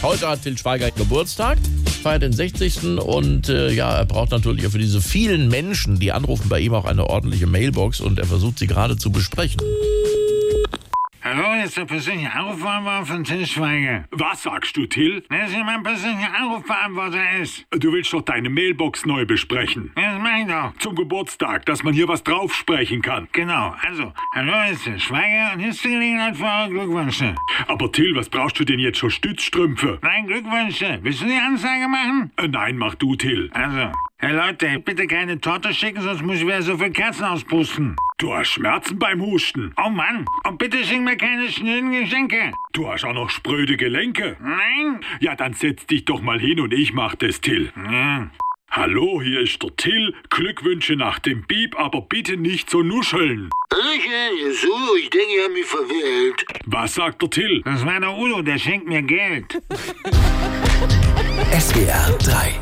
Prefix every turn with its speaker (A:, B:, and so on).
A: Heute hat Til Schweiger Geburtstag, feiert den 60. Und äh, ja, er braucht natürlich für diese vielen Menschen, die anrufen, bei ihm auch eine ordentliche Mailbox und er versucht sie gerade zu besprechen.
B: Hallo, jetzt der persönliche Anrufbeantworter von Till Schweiger.
C: Was sagst du, Till?
B: Dass hier mein persönlicher Anrufbeantworter ist.
C: Du willst doch deine Mailbox neu besprechen.
B: Das mach ich doch.
C: Zum Geburtstag, dass man hier was draufsprechen kann.
B: Genau, also, hallo, jetzt der Schweiger und hier ist die Gelegenheit für eure Glückwünsche.
C: Aber Till, was brauchst du denn jetzt schon Stützstrümpfe?
B: Nein, Glückwünsche. Willst du die Ansage machen?
C: Äh, nein, mach du, Till.
B: Also, hey Leute, bitte keine Torte schicken, sonst muss ich wieder so viel Kerzen auspusten.
C: Du hast Schmerzen beim Husten.
B: Oh Mann, und bitte schick mir keine schnöden Geschenke.
C: Du hast auch noch spröde Gelenke.
B: Nein?
C: Ja, dann setz dich doch mal hin und ich mach das, Till.
B: Ja.
C: Hallo, hier ist der Till. Glückwünsche nach dem Beep, aber bitte nicht so nuscheln.
D: Ich, so, ich denke, ihr habt mich verwählt.
C: Was sagt der Till?
B: Das war der Udo, der schenkt mir Geld.
E: SWR 3